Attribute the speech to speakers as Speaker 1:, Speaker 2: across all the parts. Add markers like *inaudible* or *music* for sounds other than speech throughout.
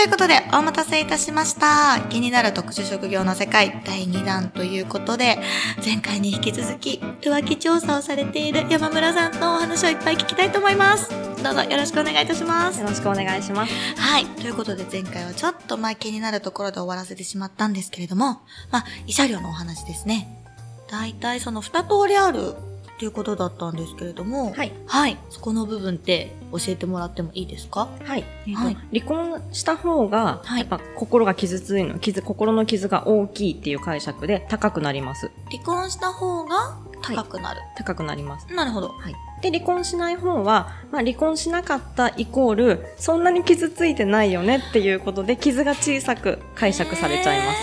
Speaker 1: いうことで、お待たせいたしました。気になる特殊職業の世界第2弾ということで、前回に引き続き、浮気調査をされている山村さんのお話をいっぱい聞きたいと思います。どうぞよろしくお願いいたします
Speaker 2: よ。ろしくお願いします。
Speaker 1: はい。ということで、前回はちょっとまあ気になるところで終わらせてしまったんですけれども、まあ、慰謝料のお話ですね。大体その2通りあるっていうことだったんですけれども、
Speaker 2: はい。
Speaker 1: はい。そこの部分って教えてもらってもいいですか
Speaker 2: はい。えっと
Speaker 1: はい
Speaker 2: 離婚した方が、
Speaker 1: はい
Speaker 2: やっぱ心が傷ついの、傷、心の傷が大きいっていう解釈で高くなります。
Speaker 1: 離婚した方が高くなる。
Speaker 2: 高くなります。
Speaker 1: なるほど。
Speaker 2: で、離婚しない方は、まあ、離婚しなかったイコール、そんなに傷ついてないよねっていうことで、傷が小さく解釈されちゃいます。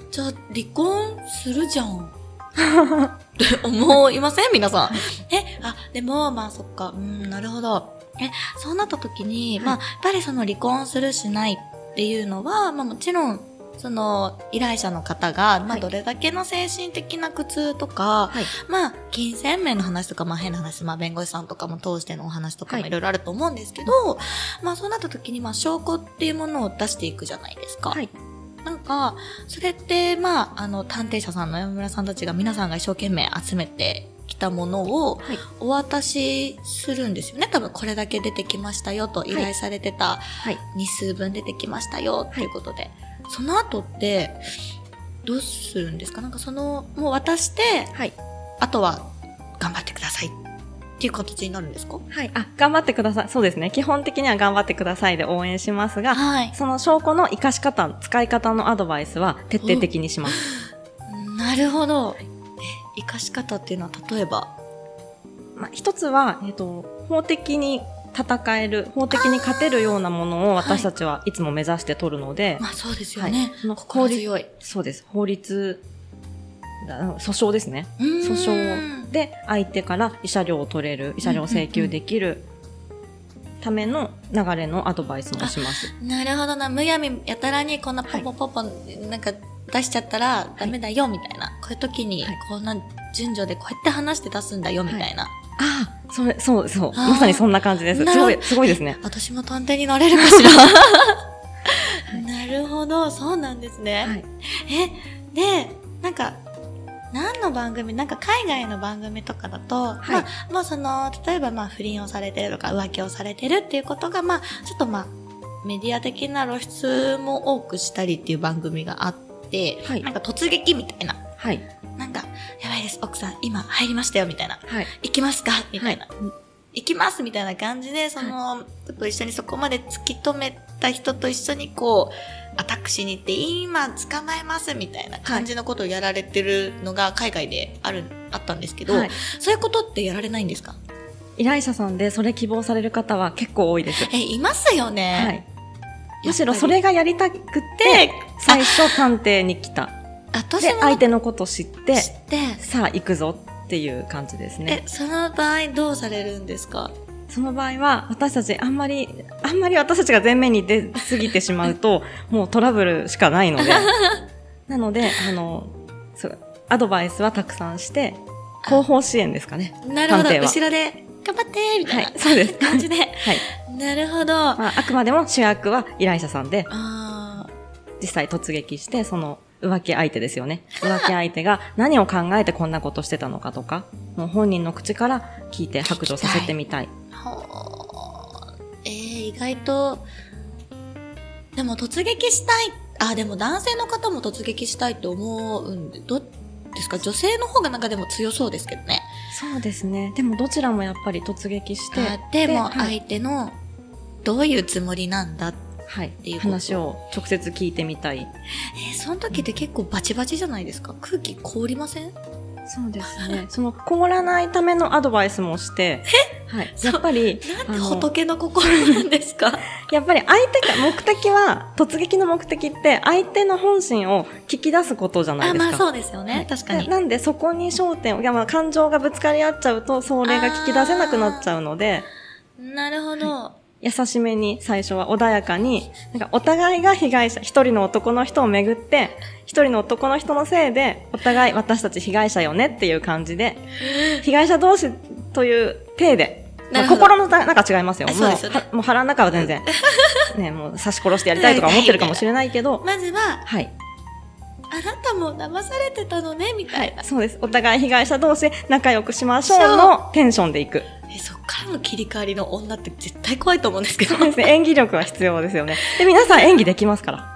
Speaker 1: えー。じゃあ、離婚するじゃ
Speaker 2: *laughs*
Speaker 1: ん。って思いません皆さん。え、あ、でも、まあそっか、うん、なるほど。え、そうなった時に、
Speaker 2: はい
Speaker 1: まあ、やっぱりその離婚するしないっていうのは、まあもちろん、その依頼者の方が、ま
Speaker 2: は
Speaker 1: あ
Speaker 2: い
Speaker 1: どれだけの精神的な苦痛とか、
Speaker 2: はい。
Speaker 1: まあ、金銭面の話とか、まあ変な話、まあ弁護士さんとかも通してのお話とか
Speaker 2: は
Speaker 1: も
Speaker 2: い
Speaker 1: いろいろあると思うんですけど、まあそうなった時に、まあ証拠っていうものを出していくじゃないですか。
Speaker 2: はい。
Speaker 1: なんか、それって、まあ、あの、探偵社さんの山村さんたちが皆さんが一生懸命集めてきたものを
Speaker 2: はい。
Speaker 1: お渡しするんですよね。多分これだけ出てきましたよと依頼されてた
Speaker 2: はい。
Speaker 1: 日数分出てきましたよということで。その後って、どうするんですかなんかその、もう渡して、
Speaker 2: はい。
Speaker 1: あとは頑張ってくださいっていう形になるんですか
Speaker 2: はい。あ、頑張ってください。そうですね。基本的には頑張ってくださいで応援しますが、
Speaker 1: はい。
Speaker 2: その証拠の生かし方、使い方のアドバイスは徹底的にします。
Speaker 1: なるほど。え生かし方っていうのは例えば。
Speaker 2: まあ、一つは、えっと、法的に戦える、法的に勝てるようなものを私たちはいつも目指して取るので、
Speaker 1: まあそうですよね。
Speaker 2: はいその
Speaker 1: 心強い。
Speaker 2: そうです。法律、あ訴訟ですね。
Speaker 1: 訴
Speaker 2: 訴訟で相手から慰謝料を取れる、慰謝料を請求できるための流れのアドバイスもします。
Speaker 1: なるほどな。むやみやたらにこんなポンポンポンポン、なんか出しちゃったらダメだよみたいな。こういう時に
Speaker 2: はい
Speaker 1: こんな順序でこうやって話して出すんだよみたいな。
Speaker 2: ああ、それ、そうそ
Speaker 1: あ
Speaker 2: う。
Speaker 1: ー
Speaker 2: まさにそんな感じです。
Speaker 1: な
Speaker 2: す
Speaker 1: るほ
Speaker 2: ご
Speaker 1: ど
Speaker 2: い、すごいですね。
Speaker 1: 私も探偵になれるか
Speaker 2: *laughs*
Speaker 1: しら。なるほど、そうなんですね。
Speaker 2: はい。
Speaker 1: え、で、なんか、何の番組なんか海外の番組とかだと、
Speaker 2: い
Speaker 1: まあ、もうその、例えばまあ不倫をされてるとか浮気をされてるっていうことが、まあ、ちょっとまあ、メディア的な露出も多くしたりっていう番組があって、
Speaker 2: はい
Speaker 1: なんか突撃みたいな。
Speaker 2: はい。
Speaker 1: なんか、やばいです、奥さん、今入りましたよ、みたいな。
Speaker 2: はい。
Speaker 1: 行きますかみたいな。行きますみたいな感じで、その、ちょっと一緒にそこまで突き止めた人と一緒にこう、アタックしに行って、今捕まえますみたいな感じのことをやられてるのが海外である、あったんですけど、
Speaker 2: はい
Speaker 1: そういうことってやられないんですか
Speaker 2: 依頼者さんでそれ希望される方は結構多いです。
Speaker 1: え、いますよ
Speaker 2: は
Speaker 1: ね。
Speaker 2: い。むしろそ
Speaker 1: やっ
Speaker 2: れがやりたくて、最初探偵に来た。
Speaker 1: ぱり、私
Speaker 2: で、
Speaker 1: も
Speaker 2: 相手のこと知って、
Speaker 1: 知って、
Speaker 2: さあ行くぞっていう感じですね
Speaker 1: え。、その場合どうされるんですか
Speaker 2: その場合は私たちあんまりあんまり私たちが前面に出過ぎてしまう
Speaker 1: *laughs*
Speaker 2: ともうトラブルしかないのでなのであのそうアドバイスはたくさんして後方支援ですかね
Speaker 1: なるほど、
Speaker 2: 探偵は
Speaker 1: 後ろで、頑張ってみた
Speaker 2: はいい
Speaker 1: な
Speaker 2: そうです
Speaker 1: 感じで。
Speaker 2: はい、
Speaker 1: なるほど。
Speaker 2: まあ、あくまでも主役は依頼者さんで
Speaker 1: あー
Speaker 2: 実際突撃してその浮気相手ですよね浮気相手が何を考えてこんなことしてたのかとかもう本人の口から聞いて白状させてみたい
Speaker 1: ほーえー、意外と、でも突撃したい。あ、でも男性の方も突撃したいと思うんで、どうですか女性の方がなんかでも強そうですけどね。
Speaker 2: そうですねでもどちらもやっぱり突撃して
Speaker 1: あでも
Speaker 2: はい
Speaker 1: 相手のどういうつもりなんだ。
Speaker 2: はい、
Speaker 1: ていうこと
Speaker 2: 話を直接聞いてみたい
Speaker 1: えーその時って結構バチバチじゃないですか空気凍りません
Speaker 2: そうですね *laughs* その凍らないためのアドバイスもしてはい、
Speaker 1: そう
Speaker 2: やっぱり
Speaker 1: なんて
Speaker 2: あの
Speaker 1: 仏の心 *laughs* なんですか
Speaker 2: やっぱり相手が目的は突撃の目的って相手の本心を聞き出すことじゃない
Speaker 1: あ、
Speaker 2: ですか。
Speaker 1: まあそうですよね。
Speaker 2: はい
Speaker 1: 確かに
Speaker 2: で。なんでそこに焦点をいやまあ感情がぶつかり合っちゃうとそれが聞き出せなくなっちゃうので
Speaker 1: なるほど。
Speaker 2: 優しめに最初は穏やかになんかお互いが被害者一人の男の人をめぐって一人の男の人のせいでお互い私たち被害者よねっていう感じで被害者同士という体で
Speaker 1: な
Speaker 2: まあ
Speaker 1: るほど
Speaker 2: 心のたなんか違いますよ。
Speaker 1: あ
Speaker 2: もう
Speaker 1: そうですよね
Speaker 2: はもう腹の中は
Speaker 1: *laughs*
Speaker 2: 全然、ね、もう刺し殺してやりたいとか思ってるかもしれないけど、
Speaker 1: まずは、
Speaker 2: はい。
Speaker 1: あなたも騙されてたのね、みたいな。
Speaker 2: そうです。お互い被害者同士仲良くしましょう
Speaker 1: そう
Speaker 2: のテンションでいく。
Speaker 1: え、そっからの切り替わりの女って絶対怖いと思うんですけど
Speaker 2: そう。ですね。演技力は必要ですよね。で、皆さん演技できますから。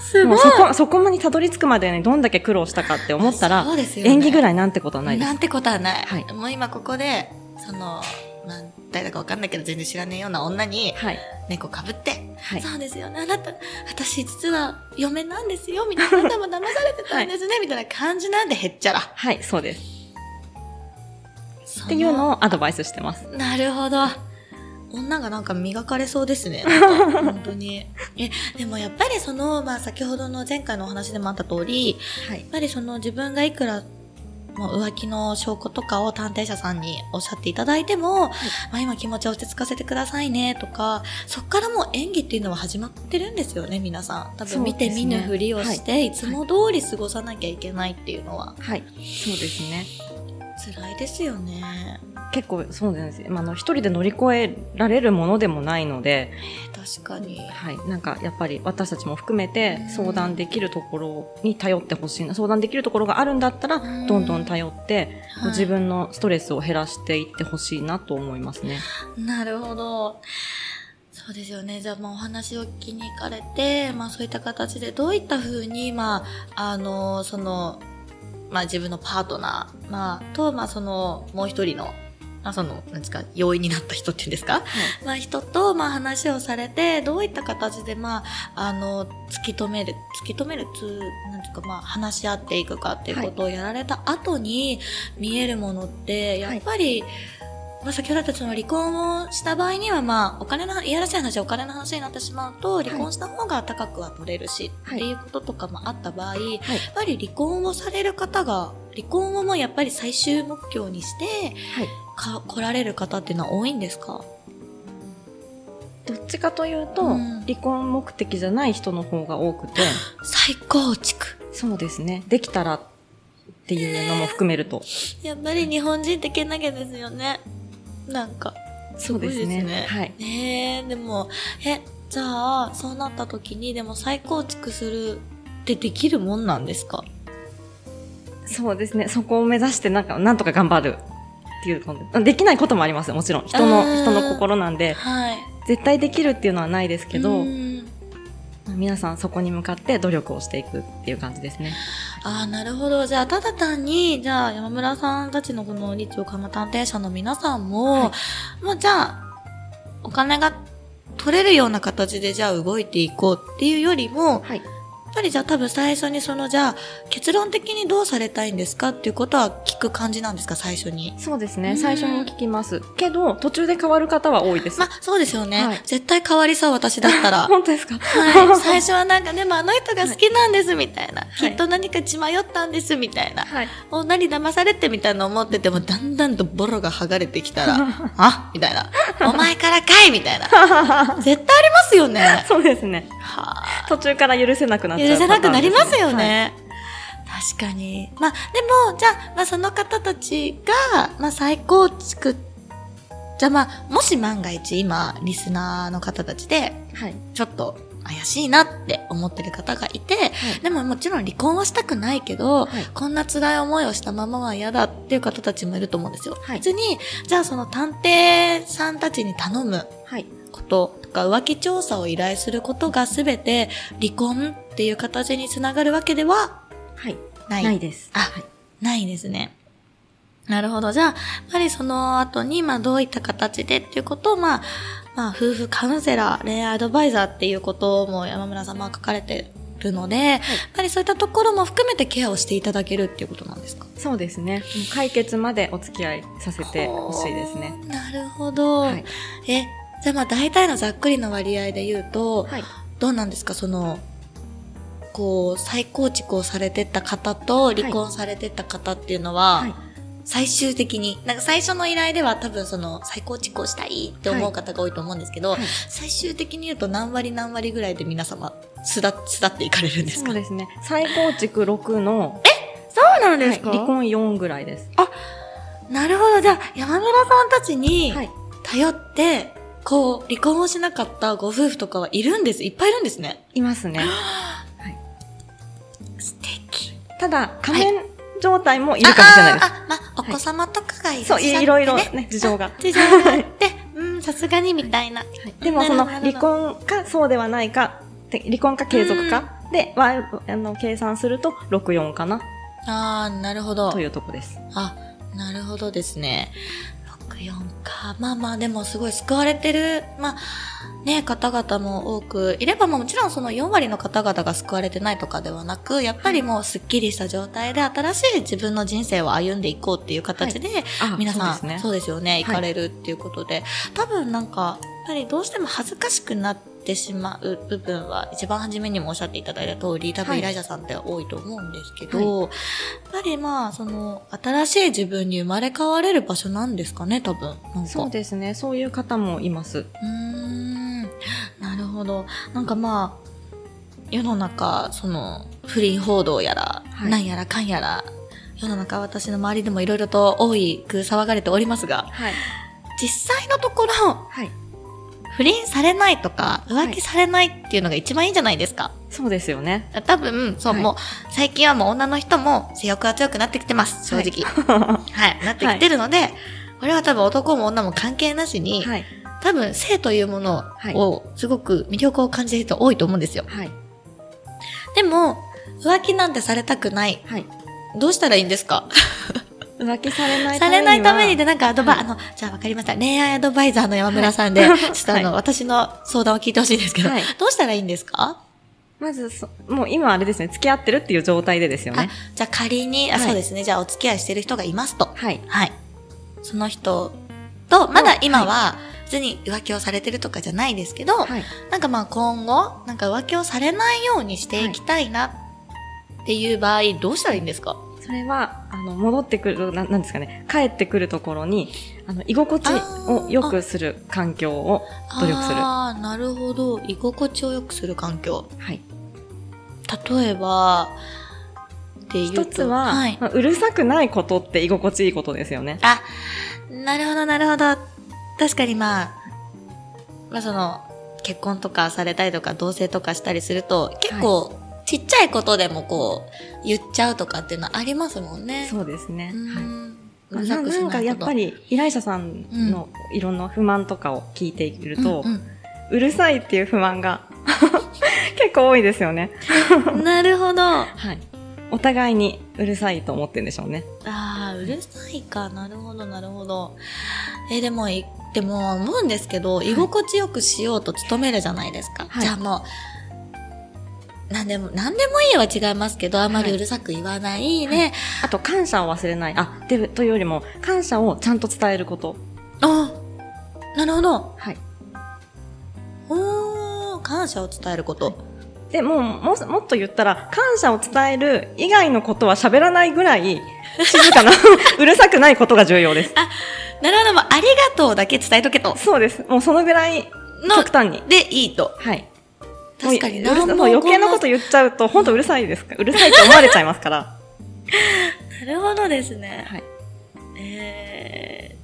Speaker 1: す
Speaker 2: もうそこ、そこまでたどり着くまでにどんだけ苦労したかって思ったら、
Speaker 1: そうですよね
Speaker 2: 演技ぐらいなんてことはないです
Speaker 1: んてことはない。
Speaker 2: はい
Speaker 1: もう今ここで、その、まあ、誰だかわかんないけど全然知らねえような女に
Speaker 2: はい。
Speaker 1: 猫かぶって、
Speaker 2: はい。
Speaker 1: そうですよね。あなた、私実は嫁なんですよ、みたい
Speaker 2: *laughs*
Speaker 1: な。あなたも騙されてたんですね、みたいな感じなんでへっちゃら。っ
Speaker 2: はい、そうです。って
Speaker 1: て
Speaker 2: いうのをアドバイスしてます。
Speaker 1: なるほど。女がなんか磨かれそうです
Speaker 2: *laughs*
Speaker 1: ね。なんか本当に。え、でもやっぱりその、まあ先ほどの前回のお話でもあった通り、
Speaker 2: はい
Speaker 1: やっ。ぱりその自分がいくらもう浮気の証拠とかを探偵者さんにおっしゃっていただいても、まあ今気持ちを落ち着かせてくださいねとか、そっからもう演技っていうのは始まってるんですよね、皆さん。多分見て見ぬふりをして、いつも通り過ごさなきゃいけないっていうのは
Speaker 2: はい。そうですね。
Speaker 1: 辛いですよね。
Speaker 2: 結構そうなんですよ。まああの、一人で乗り越えられるものでもないので、
Speaker 1: 確かに。
Speaker 2: はい、なんかやっぱり私たちも含めて
Speaker 1: うん
Speaker 2: 相談できるところに頼ってほしいな相談できるところがあるんだったら
Speaker 1: うん
Speaker 2: どんどん頼って
Speaker 1: はい
Speaker 2: 自分のストレスを減らしていってほしいなと思いますね。
Speaker 1: *laughs* なるほど。そうですよね。じゃあ、まあ、お話を聞きに行かれて、まあ、そういった形で、どういった風に、まあ、あの、その、まあ、自分のパートナー、まあ、と、まあ、その、もう一人の、まあ、その、なんですか、容易になった人っていうんですか、まあ、人と、まあ、話をされて、どういった形で、まあ、あの、突き止める、突き止めるつ、なんていうか、まあ、話し合っていくかっていうことをやられた後に、見えるものって、やっぱり、まあ、先ほどあったその離婚をした場合には、まあ、お金の、いやらしい話はお金の話になってしまうと、離婚した方が高くは取れるし、
Speaker 2: はい
Speaker 1: っていうこととかもあった場合、やっぱり離婚をされる方が、離婚をもうやっぱり最終目標にして、
Speaker 2: はい
Speaker 1: か、来られる方っていうのは多いんですか
Speaker 2: どっちかというと、
Speaker 1: うん
Speaker 2: 離婚目的じゃない人の方が多くて
Speaker 1: 再構築。
Speaker 2: *laughs* そうですねできたらっていうのも含めると、
Speaker 1: やっぱり日本人ってけなげですよね。なんか。
Speaker 2: そうで
Speaker 1: す
Speaker 2: すね
Speaker 1: ごいですね
Speaker 2: はい、
Speaker 1: ねえ、でも、え、じゃあ、そうなった時に、でも再構築するってできるもんなんですか
Speaker 2: そうですねそこを目指してなんかなんとか頑張るっていう感じできないこともありますもちろん人
Speaker 1: あー
Speaker 2: の人の心なんで
Speaker 1: はい。
Speaker 2: 絶対できるっていうのはないですけど、
Speaker 1: うん
Speaker 2: 皆さんそこに向かって努力をしていくっていう感じですね。
Speaker 1: ああ、なるほど。じゃあ、ただ単に、じゃあ、山村さんたちのこの、リッチオカマ探偵社の皆さんも、
Speaker 2: は
Speaker 1: もうじゃあ、お金が取れるような形で、じゃあ動いていこうっていうよりも、
Speaker 2: はい。
Speaker 1: やっぱりじゃあ多分最初にその、じゃあ、結論的にどうされたいんですかっていうことは聞く感じなんですか、最初に。
Speaker 2: そうです
Speaker 1: う
Speaker 2: ね。
Speaker 1: ん
Speaker 2: 最初に聞きます。けど、途中で変わる方は多いです。
Speaker 1: まあ、そうですよね。
Speaker 2: はい
Speaker 1: 絶対変わりそう、私だった *laughs* ら。
Speaker 2: 本当ですか
Speaker 1: はい。最初はなんか、でもあの人が好きなんです、みたいな。きっと何か血迷ったんです、みたいな。
Speaker 2: はい。
Speaker 1: お、何騙されてみたいな思ってても、だんだんとボロが剥がれてき *laughs* たら、あみたいな。お前からかいみたいな。絶対ありますよ *laughs* ね。
Speaker 2: *laughs* そうですね。
Speaker 1: はあ
Speaker 2: 途中から許せなくなっちゃう、
Speaker 1: 許せなくなりますよ。ね。確かに。まあ、でも、じゃあ、まあ、その方たちが、まあ、再構築。じゃあ、まあ、もし万が一、今、リスナーの方たちで、
Speaker 2: はい。
Speaker 1: ちょっと怪しいなって思ってる方がいて、でももちろん離婚はしたくないけど、
Speaker 2: はい
Speaker 1: こんな辛い思いをしたままは嫌だっていう方たちもいると思うんですよ。
Speaker 2: はい
Speaker 1: 別に、じゃあその探偵さんたちに頼む
Speaker 2: はい。
Speaker 1: こととか浮気調査を依頼することが全て離婚っていう形につながるわけでは
Speaker 2: はい。
Speaker 1: ない。
Speaker 2: ないです。
Speaker 1: あ、ないですね。なるほど。じゃあ、やっぱりその後に、まあどういった形でっていうことを、まあ、まあ夫婦カウンセラー、恋愛アドバイザーっていうことも山村様は書かれてるので、やっぱりそういったところも含めてケアをしていただけるっていうことなんですか
Speaker 2: そうですね。もう解決までお付き合いさせてほしいですね。。
Speaker 1: ほーなるほど。
Speaker 2: はい。
Speaker 1: え、じゃあまあ大体のざっくりの割合で言うと、
Speaker 2: はい。
Speaker 1: どうなんですかその、こう、再構築をされてった方と離婚されてった方っていうのは、
Speaker 2: はい
Speaker 1: 最終的に、なんか最初の依頼では多分その再構築をしたいって思う方が多いと思うんですけど、
Speaker 2: はい
Speaker 1: 最終的に言うと何割何割ぐらいで皆様、巣立巣立っていかれるんです
Speaker 2: そ
Speaker 1: か
Speaker 2: うですね。再構築6の、
Speaker 1: そうなん
Speaker 2: はい離婚4ぐらいです。
Speaker 1: なるほど。じゃあ、山村さんたちに、
Speaker 2: はい。
Speaker 1: 頼って、こう、離婚をしなかったご夫婦とかはいるんです。いっぱいいるんですね。
Speaker 2: いますね。
Speaker 1: 素敵。
Speaker 2: ただ、仮面状態もいるかもしれないです。
Speaker 1: あーあ、まあ、お子様とかがいらっしゃ
Speaker 2: そ
Speaker 1: っ
Speaker 2: う、
Speaker 1: て、ね
Speaker 2: いろいろね、事情が。
Speaker 1: 事情があって、うん、さすがにみたいな。
Speaker 2: でもその
Speaker 1: なるほど
Speaker 2: 離婚かそうではないかて離婚か継続かでわあの計算すると64かな
Speaker 1: ああ、なるほど
Speaker 2: と。いうとこです。
Speaker 1: あ、なるほどですね。64か。まあまあ、でもすごい救われてる、まあ、ね、方々も多くいれば、まあもちろんその4割の方々が救われてないとかではなく、やっぱりもうすっきりした状態で新しい自分の人生を歩んでいこうっていう形で、
Speaker 2: あ
Speaker 1: 皆さん
Speaker 2: そうです
Speaker 1: そう
Speaker 2: ね。
Speaker 1: ですよね
Speaker 2: い
Speaker 1: 行かれるっていうことで、多分なんかやっぱりどうしても恥ずかしくなってしまう部分は一番初めにもおっしゃっていただいた通り多
Speaker 2: は
Speaker 1: 分
Speaker 2: い
Speaker 1: イライラさんって多いと思うんですけど、やっぱりまあその新しい自分に生まれ変われる場所なんですかね多分なんか
Speaker 2: そうですね。そういう方もいます。
Speaker 1: うーんなるほど。なんかまあ、世の中、その、不倫報道やら、
Speaker 2: はい
Speaker 1: なんやらかんやら、世の中私の周りでもいろいろと多く騒がれておりますが、
Speaker 2: はい。
Speaker 1: 実際のところ、
Speaker 2: はい。
Speaker 1: 不倫されないとか、浮気されないっていうのが一番いいんじゃないですか。
Speaker 2: そうですよね。
Speaker 1: 多分、そう、
Speaker 2: はい
Speaker 1: もう、最近はもう女の人も性欲が強くなってきてます、正直。はい、なってきてるので、これは多分男も女も関係なしに、
Speaker 2: はい。
Speaker 1: 多分性というものをすごく魅力を感じる人多いと思うんですよ。
Speaker 2: はい。
Speaker 1: でも、浮気なんてされたくない。
Speaker 2: はい。
Speaker 1: どうしたらいいんですか
Speaker 2: 浮気されないた
Speaker 1: さ
Speaker 2: めには。
Speaker 1: れないためにでなんかアドバイ、
Speaker 2: はい
Speaker 1: あの、じゃあわかりました。恋愛アドバイザーの山村さんで、
Speaker 2: はい
Speaker 1: ちょっとあの、
Speaker 2: は
Speaker 1: 私の相談を聞いてほしいんですけど、
Speaker 2: はい
Speaker 1: どうしたらいいんですか、
Speaker 2: まずそ、もう今あれですね、付き合ってるっていう状態でですよ
Speaker 1: あ
Speaker 2: ね。
Speaker 1: じゃあ仮に、あ、
Speaker 2: はい
Speaker 1: そうですね、じゃあお付き合いしてる人がいますと。
Speaker 2: はい。
Speaker 1: はい。その人と、まだ今は、別に浮気をされてるとかじゃないですけど、
Speaker 2: はい。
Speaker 1: なんかまあ今後、なんか浮気をされないようにしていきたいなっていう場合、どうしたらいいんですか
Speaker 2: それは、あの、戻ってくる、ななんですかね、帰ってくるところに、あの、居心地を良くする環境を、努力する
Speaker 1: ああ、なるほど。居心地を良くする環境。
Speaker 2: はい。
Speaker 1: 例えば、っていうと
Speaker 2: 一つは、
Speaker 1: はい。
Speaker 2: まあうるさくないことって居心地いいことですよね。
Speaker 1: あ、なるほど、なるほど。確かにまあ、まあその、結婚とかされたりとか、同棲とかしたりすると、結構、ちっちゃいことでもこう、言っちゃうとかっていうのはありますもんね。
Speaker 2: そうですね。
Speaker 1: う
Speaker 2: はい
Speaker 1: ん。う
Speaker 2: まあ
Speaker 1: る
Speaker 2: な
Speaker 1: さくし
Speaker 2: なん
Speaker 1: な
Speaker 2: か
Speaker 1: い
Speaker 2: や
Speaker 1: こ
Speaker 2: っ
Speaker 1: と
Speaker 2: ぱり依頼者さんのいろんな不満とかを聞いていると、
Speaker 1: う
Speaker 2: う
Speaker 1: んうん
Speaker 2: るさいっていう不満が *laughs* 結構多いですよね。
Speaker 1: なるほど。あ
Speaker 2: はい。お互いにうるさいと思ってるんでしょうね。
Speaker 1: あー、うるさいか。なるほど、なるほど。えーでも、いでも思うんですけど、居心地よくしようと努めるじゃないですか。
Speaker 2: はい
Speaker 1: じゃあもう、なんでも、なんでもいいは違いますけど、あんまり
Speaker 2: はいう
Speaker 1: るさく言わないね。
Speaker 2: あと感謝を忘れない。あ、で、というよりも感謝をちゃんと伝えること。
Speaker 1: ああ、なるほど。
Speaker 2: はい。
Speaker 1: おー、感謝を伝えること。
Speaker 2: でもうもうもっと言ったら感謝を伝える以外のことは喋らないぐらい静 *laughs* かなうるさくないことが重要です
Speaker 1: なるほど、もうありがとうだけ伝えとけと。
Speaker 2: そうですもうそのぐらい
Speaker 1: の
Speaker 2: 極、端に
Speaker 1: でいいと。
Speaker 2: はい
Speaker 1: 確かに
Speaker 2: もううる
Speaker 1: 何
Speaker 2: さ
Speaker 1: も
Speaker 2: もう余
Speaker 1: こ
Speaker 2: 計な
Speaker 1: んな
Speaker 2: こと言っちゃうと本当うるさいですかうるさいと思われちゃいます *laughs* から
Speaker 1: なるほどですね。
Speaker 2: はい
Speaker 1: え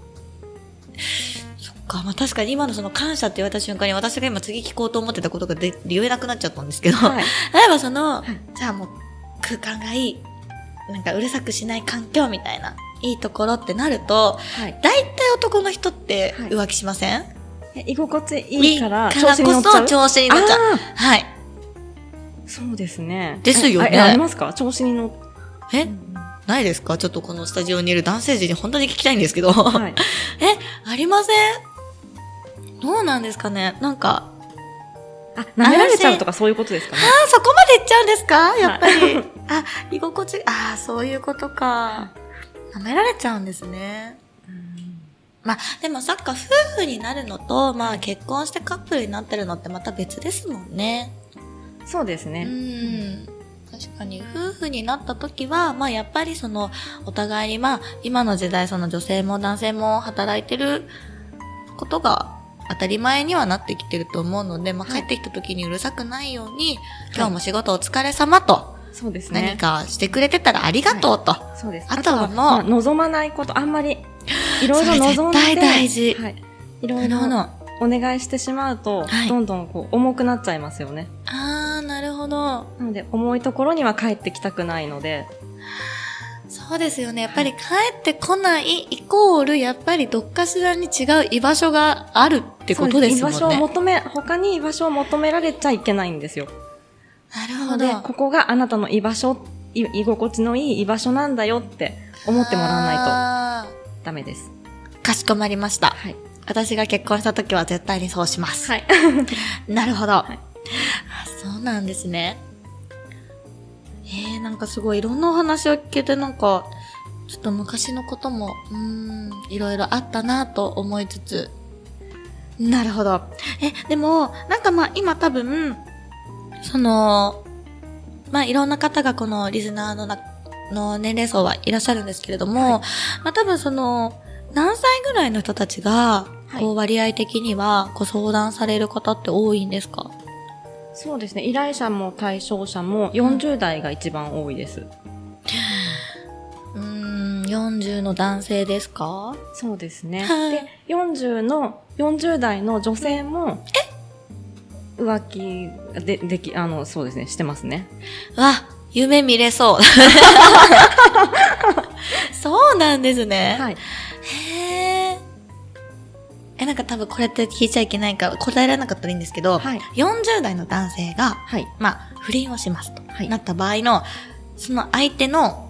Speaker 1: ー、そっか、まあ確かに今のその感謝って言われた瞬間に私が今次聞こうと思ってたことがで言えなくなっちゃったんですけど、
Speaker 2: はい
Speaker 1: 例えばその、
Speaker 2: はい
Speaker 1: じゃあもう空間がいい、なんかうるさくしない環境みたいな、いいところってなると、
Speaker 2: はい
Speaker 1: 大体男の人って
Speaker 2: はい
Speaker 1: 浮気しません、
Speaker 2: え居心地いいから
Speaker 1: いいから
Speaker 2: 調子に乗っちゃう
Speaker 1: こそ調子に乗っちゃう。
Speaker 2: あ
Speaker 1: はい。
Speaker 2: ーそうですね
Speaker 1: ですよね
Speaker 2: ええありますか調子に乗っ
Speaker 1: え、
Speaker 2: うん
Speaker 1: ないですかちょっとこのスタジオにいる男性陣に本当に聞きたいんですけど。
Speaker 2: はい
Speaker 1: ありませんどうなんですかねなんか、
Speaker 2: あ舐められちゃうとかそういうことですかね
Speaker 1: あ、そこまでいっちゃうんですかやっぱり。あ、居心地、ああ、そういうことか。舐められちゃうんですね。まあ、でもさっき夫婦になるのと、まあ結婚してカップルになってるのってまた別ですもんね。
Speaker 2: *laughs* そうです
Speaker 1: う
Speaker 2: ね、
Speaker 1: ん。確かに、夫婦になった時は、まあやっぱりその、お互いにまあ、今の時代その女性も男性も働いてることが当たり前にはなってきてると思うので、まあ帰
Speaker 2: はい
Speaker 1: ってきた時にうるさくないように、今日も仕事お疲れ様と、
Speaker 2: そうですね
Speaker 1: 何かしてくれてたらありがとうと。
Speaker 2: そうです。
Speaker 1: あとはもう
Speaker 2: まあ望まないこと、あんまり、いろい
Speaker 1: そ
Speaker 2: ろ
Speaker 1: れ
Speaker 2: 望んで。
Speaker 1: 絶対大事
Speaker 2: はい。いろ
Speaker 1: ないる
Speaker 2: ろ
Speaker 1: ほど。
Speaker 2: お願いしてしまうと、
Speaker 1: はい
Speaker 2: どんどんこう重くなっちゃいますよね。
Speaker 1: あー、なるほど。
Speaker 2: なので、重いところには帰ってきたくないので、
Speaker 1: そうですよね。やっぱり帰ってこないイコール、やっぱりどっかしらに違う居場所があるってことですもんね。
Speaker 2: そう居場所を求め、他に居場所を求められちゃいけないんですよ。なの
Speaker 1: なる
Speaker 2: で
Speaker 1: ほ、ど。
Speaker 2: ここがあなたの居場所、い居心地のいい居場所なんだよって思ってもらわない
Speaker 1: ない
Speaker 2: とダメです。
Speaker 1: と。かしこまりました。
Speaker 2: はい。
Speaker 1: 私が結婚した時は絶対にそうします。
Speaker 2: はい。
Speaker 1: なるほど、
Speaker 2: い
Speaker 1: あそうなんですね。えー、なんかすごいいろんなお話を聞けてなんか、ちょっと昔のことも、うーん、いろいろあったなと思いつつ。なるほど。え、でも、なんかまあ今多分、その、まあいろんな方がこのリスナーのな、の年齢層はいらっしゃるんですけれども、
Speaker 2: はい
Speaker 1: まあ多分その、何歳ぐらいの人たちが、
Speaker 2: はい
Speaker 1: こう割合的にはご相談される方って多いんですか
Speaker 2: *laughs* そうですね。依頼者も対象者も40代が一番多いです。
Speaker 1: うーん、40の男性ですか
Speaker 2: そうですね。
Speaker 1: はい
Speaker 2: で、40の、40代の女性も、浮気で、でき、あの、そうですね、してますね。
Speaker 1: わ、夢見れ *laughs* そう。そうなんですね。
Speaker 2: はい。
Speaker 1: へーえ、なんか多分これって聞いちゃいけないから答えられなかったらいいんですけど、
Speaker 2: はい。
Speaker 1: 40代の男性が、
Speaker 2: はい。
Speaker 1: まあ、不倫をしますと、
Speaker 2: はい
Speaker 1: なった場合の、その相手の、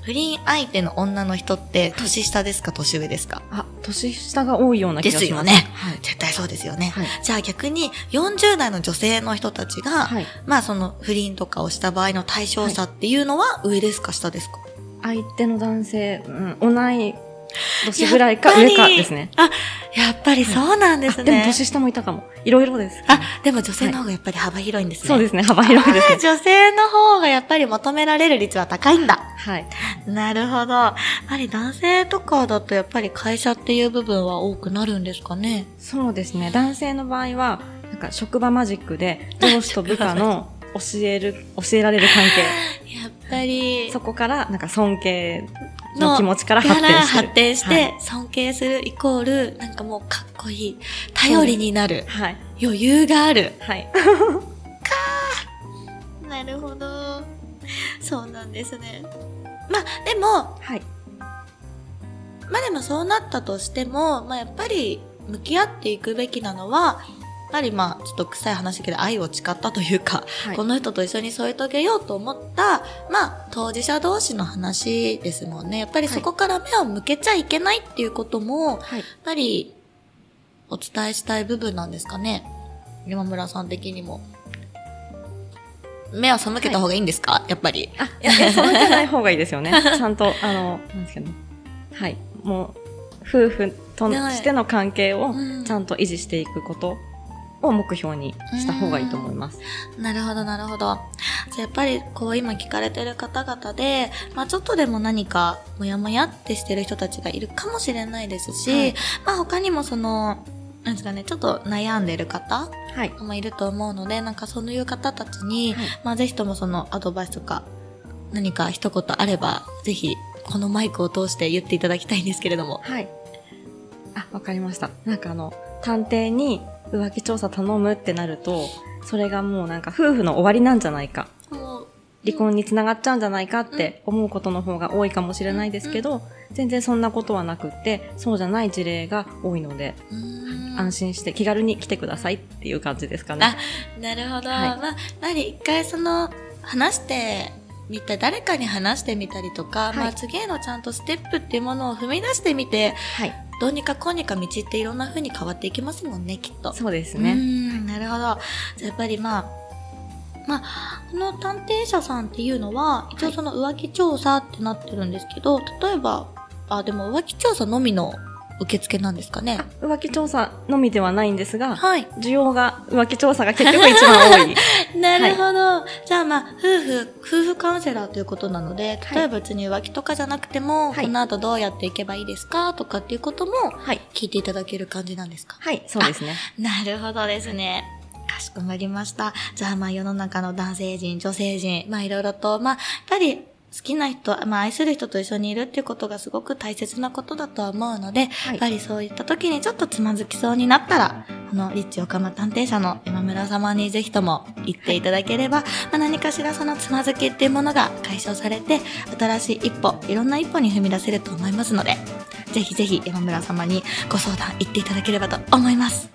Speaker 1: 不倫相手の女の人って、年下ですか、年上ですか
Speaker 2: あ、年下が多いような気がします。
Speaker 1: ですよね
Speaker 2: はい。
Speaker 1: 絶対そうですよね。
Speaker 2: はい。
Speaker 1: じゃあ逆に40代の女性の人たちが、
Speaker 2: はい。
Speaker 1: まあその不倫とかをした場合の対象者っていうのは上ですか下ですか、
Speaker 2: 相手の男性、うん、同い年ぐらいか上かですね。
Speaker 1: やっぱりそうなんです
Speaker 2: で
Speaker 1: ね。
Speaker 2: も年下もいたかも。いろいろです。
Speaker 1: あ、でも女性の方がやっぱり幅広いんですね。
Speaker 2: そうですね、幅広いですね。
Speaker 1: 女性の方がやっぱり求められる率は高いんだ。
Speaker 2: はい。
Speaker 1: なるほど。やっぱり男性とかだとやっぱり会社っていう部分は多くなるんですかね。
Speaker 2: そうですね、男性の場合は、なんか職場マジックで上司と部
Speaker 1: *laughs*
Speaker 2: 下の教える、教えられる関
Speaker 1: やっぱり
Speaker 2: 係。、そこから、なんか尊敬
Speaker 1: の
Speaker 2: の気持ちから
Speaker 1: か
Speaker 2: 発展
Speaker 1: ら
Speaker 2: してる。
Speaker 1: 発展して、
Speaker 2: はい
Speaker 1: 尊敬するイコール、なんかもうかっこいい。頼りになる。
Speaker 2: はい。
Speaker 1: 余裕がある。
Speaker 2: はい。
Speaker 1: なるほど。そうなんですね。まあ、でも、
Speaker 2: はい。
Speaker 1: まあでもそうなったとしても、まあやっぱり向き合っていくべきなのは、やっぱりまあ、ちょっと臭い話だけど愛を誓ったというか、
Speaker 2: はい
Speaker 1: この人と一緒に添い遂げようと思った、まあ、当事者同士の話ですもんね。やっぱりそこから目を向けちゃいけないっていうことも、やっ
Speaker 2: はい。
Speaker 1: ぱり、お伝えしたい部分なんですかね。山村さん的にも。目を背けた方がいいんですか、やっぱり。
Speaker 2: あ、いや、いやそうじゃない方がいいですよ *laughs* ね。ちゃんと、あの、なんですけど、はい。もう、夫婦と
Speaker 1: は
Speaker 2: の
Speaker 1: い
Speaker 2: しての関係を
Speaker 1: うん
Speaker 2: ちゃんと維持していくことを目標にした方がいいと思います。
Speaker 1: なるほど、なるほど。じゃあやっぱり、こう今聞かれてる方々で、まあちょっとでも何か、もやもやってしてる人たちがいるかもしれないですし、
Speaker 2: はい
Speaker 1: まあ他にもその、なんですかね、ちょっと悩んでる方
Speaker 2: はい。
Speaker 1: もいると思うので、なんかそういう方たちに、
Speaker 2: はい
Speaker 1: まあぜひともそのアドバイスとか、何か一言あれば、ぜひ、このマイクを通して言っていただきたいんですけれども。
Speaker 2: はい。あ、わかりました。なんかあの、探偵に浮気調査頼むってなると、それがもうなんか夫婦の終わりなんじゃないか、
Speaker 1: もう
Speaker 2: 離婚につながっちゃうんじゃないかって思うことの方が多いかもしれないですけど、全然そんなことはなくって、そうじゃない事例が多いので、
Speaker 1: うーん
Speaker 2: 安心して気軽に来てくださいっていう感じですか
Speaker 1: あ
Speaker 2: ね。、
Speaker 1: なるほど。
Speaker 2: はい
Speaker 1: まあ、なに一回その、話してみた、誰かに話してみたりとか、
Speaker 2: はい
Speaker 1: まあ次へのちゃんとステップっていうものを踏み出してみて、
Speaker 2: はい。
Speaker 1: どうにかこうにか道っていろんな風に変わっていきますもんね、きっと。
Speaker 2: そうです
Speaker 1: う
Speaker 2: ね。
Speaker 1: ん、なるほど。じゃあやっぱりまあ、まあ、この探偵社さんっていうのは、一応その浮気調査ってなってるんですけど、例えば、あ、でも浮気調査のみの受付なんですかね。
Speaker 2: 浮気調査のみではないんですが、
Speaker 1: はい。
Speaker 2: 需要が、浮気調査が結局一番多い。
Speaker 1: なるほど。じゃあまあ、夫婦、夫婦カウンセラーということなので、
Speaker 2: はい
Speaker 1: 例えば別に浮気とかじゃなくても、
Speaker 2: はい
Speaker 1: この後どうやっていけばいいですかとかっていうことも
Speaker 2: はい。
Speaker 1: 聞いていただける感じなんですか
Speaker 2: はい、そうですね。
Speaker 1: なるほどですね。かしこまりました。じゃあまあ世の中の男性陣、女性陣、まあいろいろと、まあやっぱりきな人、まあ、愛する人と一緒にいるっていうことがすごく大切なことだとは思うので、
Speaker 2: は
Speaker 1: やっぱりそういった時にちょっとつまずきそうになったら、あの、リッチオカマ探偵社の山村様にぜひとも行っていただければ、まあ、何かしらそのつまずきっていうものが解消されて、新しい一歩、いろんな一歩に踏み出せると思いますので、ぜひぜひ山村様にご相談行っていただければと思います。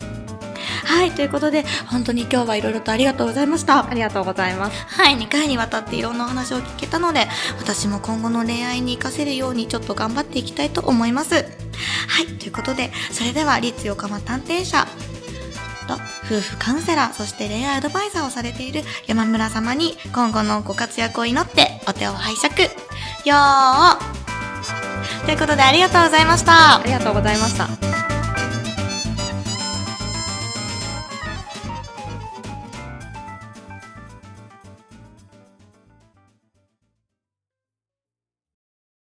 Speaker 1: はい、ということで、本当に今日はいろいろとありがとうございました。
Speaker 2: ありがとうございます。
Speaker 1: はい、2回にわたっていろんなお話を聞けたので、私も今後の恋愛に活かせるようにちょっと頑張っていきたいと思います。はい、ということで、それでは、立横浜探偵社と夫婦カウンセラー、そして恋愛アドバイザーをされている山村様に今後のご活躍を祈ってお手を拝借。よーということでありがとうございました
Speaker 2: あ。りがとうございました。